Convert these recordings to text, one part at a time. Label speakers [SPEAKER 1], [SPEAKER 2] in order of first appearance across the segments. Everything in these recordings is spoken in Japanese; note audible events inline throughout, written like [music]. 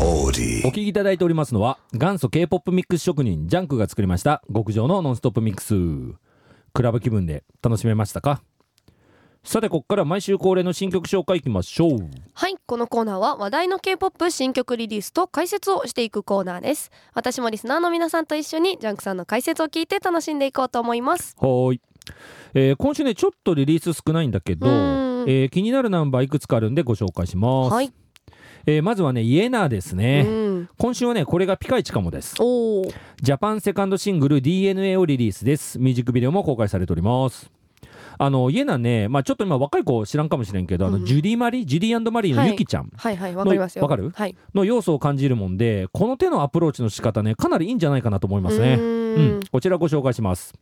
[SPEAKER 1] オーディ
[SPEAKER 2] お聞きいただいておりますのは元祖 K-POP ミックス職人ジャンクが作りました極上のノンストップミックスクラブ気分で楽しめましたかさてここから毎週恒例の新曲紹介いきましょう
[SPEAKER 3] はいこのコーナーは話題の K-POP 新曲リリースと解説をしていくコーナーです私もリスナーの皆さんと一緒にジャンクさんの解説を聞いて楽しんでいこうと思います
[SPEAKER 2] はーい、えー今週ねちょっとリリース少ないんだけど、
[SPEAKER 3] う
[SPEAKER 2] え
[SPEAKER 3] ーん
[SPEAKER 2] ー気になるナンバーいくつかあるんでご紹介します、
[SPEAKER 3] はい、
[SPEAKER 2] えーまずはねイエナーですね、
[SPEAKER 3] うん
[SPEAKER 2] 今週はねこれがピカイチかもです
[SPEAKER 3] おお
[SPEAKER 2] ジャパンセカンドシングル DNA をリリースです。ミュージックビデオも公開されております。あの、イエナね、まあちょっと今若い子知らんかもしれんけど、あ
[SPEAKER 3] うん
[SPEAKER 2] の、ジュディマリ、ジュディマリーの
[SPEAKER 3] はい
[SPEAKER 2] ユキちゃん
[SPEAKER 3] はいはいわかりますよ
[SPEAKER 2] わかる
[SPEAKER 3] はい
[SPEAKER 2] の要素を感じるもんで、この手のアプローチの仕方ね、かなりいいんじゃないかなと思います
[SPEAKER 3] う
[SPEAKER 2] ね。
[SPEAKER 3] ー
[SPEAKER 2] うんん、こちらご紹介します。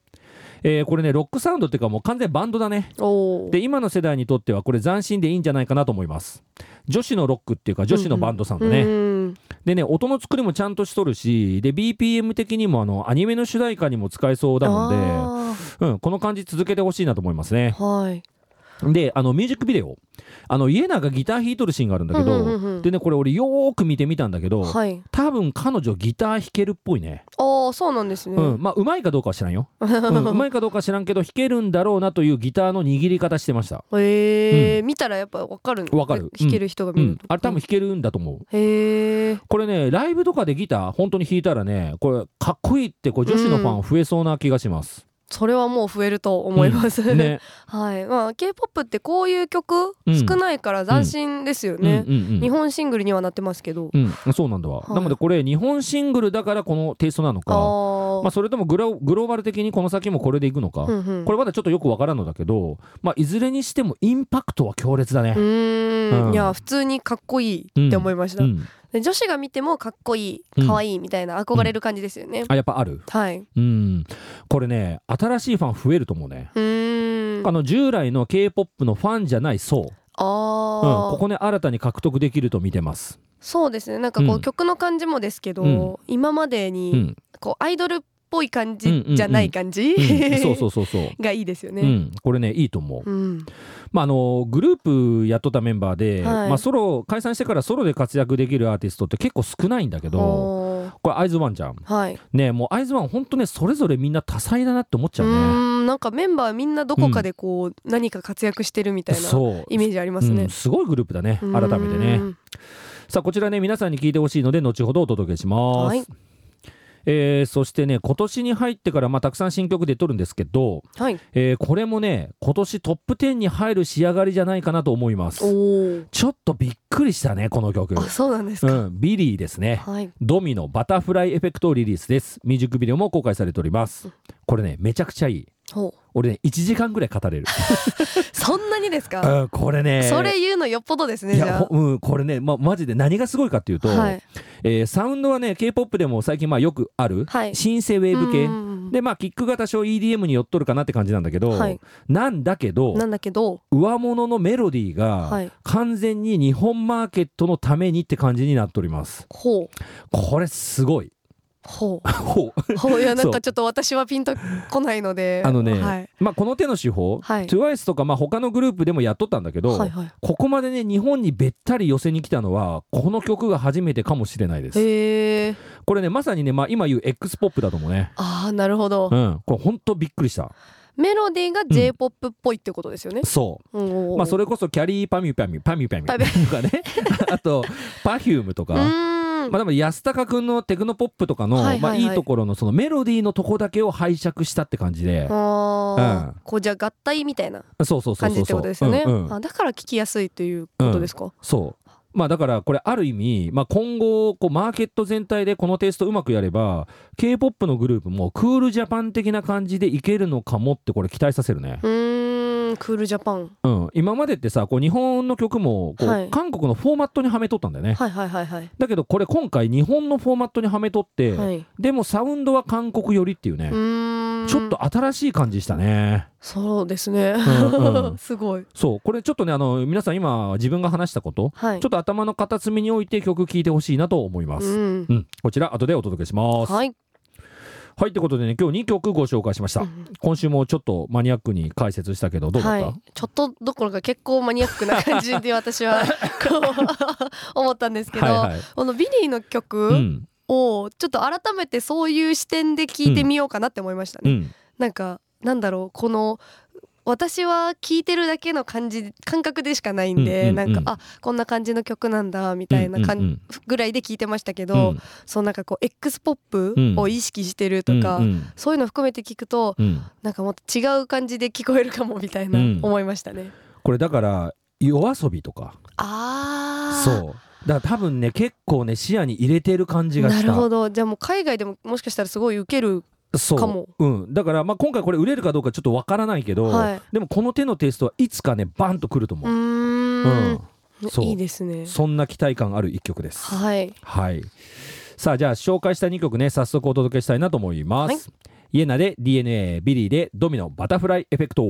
[SPEAKER 2] えーこれね、ロックサウンドっていうかもう完全バンドだね。
[SPEAKER 3] おお
[SPEAKER 2] で、今の世代にとってはこれ斬新でいいんじゃないかなと思います。女子のロックっていうか女子のバンドさんだね。
[SPEAKER 3] うん
[SPEAKER 2] でね、音の作りもちゃんとしとるし、で、BPM 的にもあの、アニメの主題歌にも使えそうだもんで、う
[SPEAKER 3] あ
[SPEAKER 2] ん、この感じ続けてほしいなと思いますね。
[SPEAKER 3] ーはい
[SPEAKER 2] で、あの、ミュージックビデオ、あの、イエナがギター弾いとるシーンがあるんだけど、
[SPEAKER 3] うんうんうんうん
[SPEAKER 2] でね、これ俺よーく見てみたんだけど、
[SPEAKER 3] はい
[SPEAKER 2] 多分彼女ギター弾けるっぽいね。
[SPEAKER 3] ああそうなんですね、
[SPEAKER 2] うん。まあ、うまいかどうかは知ら
[SPEAKER 3] [laughs]
[SPEAKER 2] んよ。うん、うまいかどうかは知らんけど、弾けるんだろうなというギターの握り方してました。
[SPEAKER 3] へえ、見たらやっぱわかるの
[SPEAKER 2] わかる
[SPEAKER 3] 弾ける人が
[SPEAKER 2] う
[SPEAKER 3] 見る
[SPEAKER 2] ん
[SPEAKER 3] と、。
[SPEAKER 2] あれ多分弾けるんだと思う。
[SPEAKER 3] へえ
[SPEAKER 2] これね、ライブとかでギター、本当に弾いたらね、これ、かっこいいって、こう、女子のファン増えそうな気がします。
[SPEAKER 3] それはもう増えると思います、
[SPEAKER 2] うんね。
[SPEAKER 3] はいまあ K-POP ってこういう曲
[SPEAKER 2] うん
[SPEAKER 3] 少ないから斬新ですよね、
[SPEAKER 2] うんうんうん
[SPEAKER 3] 日本シングルにはなってますけど、
[SPEAKER 2] うん、そうなんだわ、
[SPEAKER 3] はい
[SPEAKER 2] なのでこれ日本シングルだからこのテイストなの
[SPEAKER 3] あ
[SPEAKER 2] か
[SPEAKER 3] ー
[SPEAKER 2] まあ、それともグログローバル的にこの先もこれでいくのか、
[SPEAKER 3] うんうん
[SPEAKER 2] これまだちょっとよくわからんのだけど、まあ、いずれにしてもインパクトは強烈だね
[SPEAKER 3] う、ー
[SPEAKER 2] うんん
[SPEAKER 3] いや普通にかっこいいって思いまし
[SPEAKER 2] う
[SPEAKER 3] た、
[SPEAKER 2] ん
[SPEAKER 3] で女子が見てもかっこい
[SPEAKER 2] うん
[SPEAKER 3] いかわいいみたいな憧れる感じですよね、
[SPEAKER 2] あやっぱある
[SPEAKER 3] はい
[SPEAKER 2] うんこれね新しいファン増えると思うね、
[SPEAKER 3] うーん
[SPEAKER 2] あの従来の k p o p のファンじゃない層、うん、
[SPEAKER 3] あー、
[SPEAKER 2] ここね新たに獲得できると見てます、
[SPEAKER 3] そうですねなんかこ
[SPEAKER 2] う
[SPEAKER 3] うん曲の感じもですけど、
[SPEAKER 2] うん
[SPEAKER 3] 今まで
[SPEAKER 2] う
[SPEAKER 3] に
[SPEAKER 2] ん
[SPEAKER 3] こうアイドルっぽい感じじゃない感じ、 [laughs]
[SPEAKER 2] うん、そうそうそうそう、
[SPEAKER 3] がいいですよ
[SPEAKER 2] う
[SPEAKER 3] ね、
[SPEAKER 2] ん、これねいいと思う
[SPEAKER 3] うん
[SPEAKER 2] まあ、あのグループやっとったメンバーで、
[SPEAKER 3] はい
[SPEAKER 2] まあ、ソロ解散してからソロで活躍できるアーティストって結構少ないんだけど
[SPEAKER 3] おー
[SPEAKER 2] これアイズワンじゃん
[SPEAKER 3] はい
[SPEAKER 2] ねえもうアイズワン本当ねそれぞれみんな多彩だなって思っちゃ
[SPEAKER 3] う
[SPEAKER 2] うね
[SPEAKER 3] ーんなんかメンバーみんなどこかでこう、何か活躍してるみたいな
[SPEAKER 2] そう
[SPEAKER 3] イメージあります
[SPEAKER 2] う
[SPEAKER 3] ね
[SPEAKER 2] ん、。すごいグループだね改めて
[SPEAKER 3] う
[SPEAKER 2] ね
[SPEAKER 3] ん
[SPEAKER 2] さあこちらね皆さんに聞いてほしいので後ほどお届けします、
[SPEAKER 3] はい
[SPEAKER 2] えーそしてね今年に入ってから、まあ、たくさん新曲出とるんですけど、
[SPEAKER 3] はい。
[SPEAKER 2] えーこれもね今年トップ10に入る仕上がりじゃないかなと思います
[SPEAKER 3] おお。
[SPEAKER 2] ちょっとびっくりしたねこの曲
[SPEAKER 3] あ、そうなんです
[SPEAKER 2] う
[SPEAKER 3] か。
[SPEAKER 2] ん、ビリーですね
[SPEAKER 3] はい。
[SPEAKER 2] ドミノバタフライエフェクトをリリースです。ミュージックビデオも公開されております。これね、めちゃくちゃいい。
[SPEAKER 3] ほう。
[SPEAKER 2] 俺ね、1時間ぐらい語れる。
[SPEAKER 3] そんなにですか。
[SPEAKER 2] うん、これね。
[SPEAKER 3] それ言うのよっぽどですね。
[SPEAKER 2] い
[SPEAKER 3] じ
[SPEAKER 2] や、
[SPEAKER 3] ゃ
[SPEAKER 2] ほ
[SPEAKER 3] あ。
[SPEAKER 2] うん、これね、ま、マジで何がすごいかっていうと、
[SPEAKER 3] はい。
[SPEAKER 2] えーサウンドはね、K-POP でも最近まあよくある、
[SPEAKER 3] はい
[SPEAKER 2] シンセウェーブ系。
[SPEAKER 3] 系。
[SPEAKER 2] で、まあ、キックが多少 EDM に寄っとるかなって感じなんだけど、
[SPEAKER 3] はい
[SPEAKER 2] なんだけど、
[SPEAKER 3] なんだけど。
[SPEAKER 2] 上物のメロディー
[SPEAKER 3] は
[SPEAKER 2] が
[SPEAKER 3] い、
[SPEAKER 2] 完全に日本マーケットのためにって感じになっております。
[SPEAKER 3] ほう。
[SPEAKER 2] これすごい。 [laughs]
[SPEAKER 3] ほ
[SPEAKER 2] ほう [laughs]
[SPEAKER 3] う。ほう。いや、なん
[SPEAKER 2] そ
[SPEAKER 3] か
[SPEAKER 2] う
[SPEAKER 3] ちょっと私はピンとこないので。
[SPEAKER 2] あのね、
[SPEAKER 3] はい。
[SPEAKER 2] まあ、この手の手法、
[SPEAKER 3] はい
[SPEAKER 2] TWICE とかまあ他のグループでもやっとったんだけど、
[SPEAKER 3] はいはい。
[SPEAKER 2] ここまでね日本にべったり寄せに来たのはこの曲が初めてかもしれないです。
[SPEAKER 3] へえ。
[SPEAKER 2] これねまさにね、まあ、今言う X ポップだと思うね。
[SPEAKER 3] ああ、なるほど
[SPEAKER 2] う。ん、これ本当びっくりした。
[SPEAKER 3] メロディーが J-POP っぽいってことですよね。
[SPEAKER 2] そう。
[SPEAKER 3] おー
[SPEAKER 2] まあそれこそキャリーパミュパミュパミュパミ
[SPEAKER 3] パミ
[SPEAKER 2] ュとかね、
[SPEAKER 3] [laughs]
[SPEAKER 2] あとパフュームと
[SPEAKER 3] う
[SPEAKER 2] か。
[SPEAKER 3] ーん
[SPEAKER 2] まあ、でも安高君のテクノポップとかの、
[SPEAKER 3] はいはいい
[SPEAKER 2] まあ、
[SPEAKER 3] はい
[SPEAKER 2] いいところのそのメロディーのとこだけを拝借したって感じで、
[SPEAKER 3] あ
[SPEAKER 2] うん
[SPEAKER 3] あ、こうじゃあ合体みたいな
[SPEAKER 2] そうそうそうそうそう
[SPEAKER 3] 感じってことですよね。
[SPEAKER 2] うんうん
[SPEAKER 3] あだから聞きやすいということですか。
[SPEAKER 2] そう。まあだからこれある意味、まあ、今後こうマーケット全体でこのテイストうまくやれば k p o p のグループもクールジャパン的な感じでいけるのかもってこれ期待させるね、
[SPEAKER 3] うーん、クールジャパン。
[SPEAKER 2] うん、今までってさこう日本の曲もこう、
[SPEAKER 3] はい
[SPEAKER 2] 韓国のフォーマットにはめとったんだよね、
[SPEAKER 3] はいはいはいはい。
[SPEAKER 2] だけどこれ今回日本のフォーマットにはめとって、
[SPEAKER 3] はい。う
[SPEAKER 2] でもサウンドは韓国寄りっていうね、
[SPEAKER 3] ーん。
[SPEAKER 2] ちょっ。と新しい感じしたね
[SPEAKER 3] そうですね。
[SPEAKER 2] んうん
[SPEAKER 3] [laughs] すごい。
[SPEAKER 2] そうこれちょっとねあの皆さん今自分が話したこと、
[SPEAKER 3] はい。
[SPEAKER 2] ちょっと頭の片隅に置いて曲聴いてほしいなと思います、
[SPEAKER 3] うん。
[SPEAKER 2] うん、こちら後でお届けします。
[SPEAKER 3] はい。
[SPEAKER 2] はいってことでね今日2曲ご紹介しました、
[SPEAKER 3] うん
[SPEAKER 2] 今週もちょっとマニアックに解説したけどどうだった、
[SPEAKER 3] はい、ちょっとどころか結構マニアックな感じで
[SPEAKER 2] [laughs]
[SPEAKER 3] 私はこう [laughs] 思ったんですけど、
[SPEAKER 2] はいはい
[SPEAKER 3] このビリーの
[SPEAKER 2] う
[SPEAKER 3] 曲
[SPEAKER 2] ん
[SPEAKER 3] をちょっと改めてそういう視点で聞いてみようかなって思いました
[SPEAKER 2] う
[SPEAKER 3] ね。
[SPEAKER 2] ん
[SPEAKER 3] なんかなんだろうこの私は聞いてるだけの感じ感覚でしかないんで、
[SPEAKER 2] うんうんうん
[SPEAKER 3] なんかあこんな感じの曲なんだみたいな感
[SPEAKER 2] うんうん
[SPEAKER 3] ぐらいで聞いてましたけ
[SPEAKER 2] うん
[SPEAKER 3] ど、そうなんかこう X ポップを意識してるとか、
[SPEAKER 2] うんうん
[SPEAKER 3] そういうの含めて聞くと
[SPEAKER 2] うん
[SPEAKER 3] なんかもっと違う感じで聞こえるかもみたいな
[SPEAKER 2] うん
[SPEAKER 3] 思いましたね。
[SPEAKER 2] これだから夜遊びとか
[SPEAKER 3] ああ
[SPEAKER 2] そうだから多分ね結構ね視野に入れてる感じがした
[SPEAKER 3] なるほどじゃあもう海外でももしかしたらすごい受ける
[SPEAKER 2] そう
[SPEAKER 3] かも
[SPEAKER 2] うん、だから、まあ、今回これ売れるかどうかちょっとわからないけど、
[SPEAKER 3] はい
[SPEAKER 2] でもこの手のテイストはいつかねバンとくると思
[SPEAKER 3] う
[SPEAKER 2] う、
[SPEAKER 3] ーん
[SPEAKER 2] そう
[SPEAKER 3] いいですね
[SPEAKER 2] そんな期待感ある一曲です
[SPEAKER 3] はい
[SPEAKER 2] はい。さあ、じゃあ、紹介した2曲ね、早速お届けしたいなと思います。イエナで DNA、ビリーでドミノ、バタフライエフェクト。